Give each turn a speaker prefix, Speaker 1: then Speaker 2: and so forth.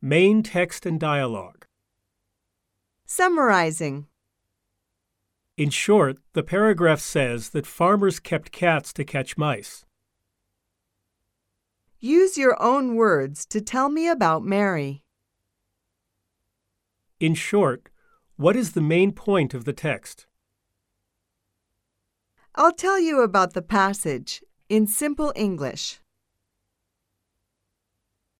Speaker 1: Main text and dialogue.
Speaker 2: Summarizing.
Speaker 1: In short, the paragraph says that farmers kept cats to catch mice.
Speaker 2: Use your own words to tell me about Mary.
Speaker 1: In short, what is the main point of the text?
Speaker 2: I'll tell you about the passage in simple English.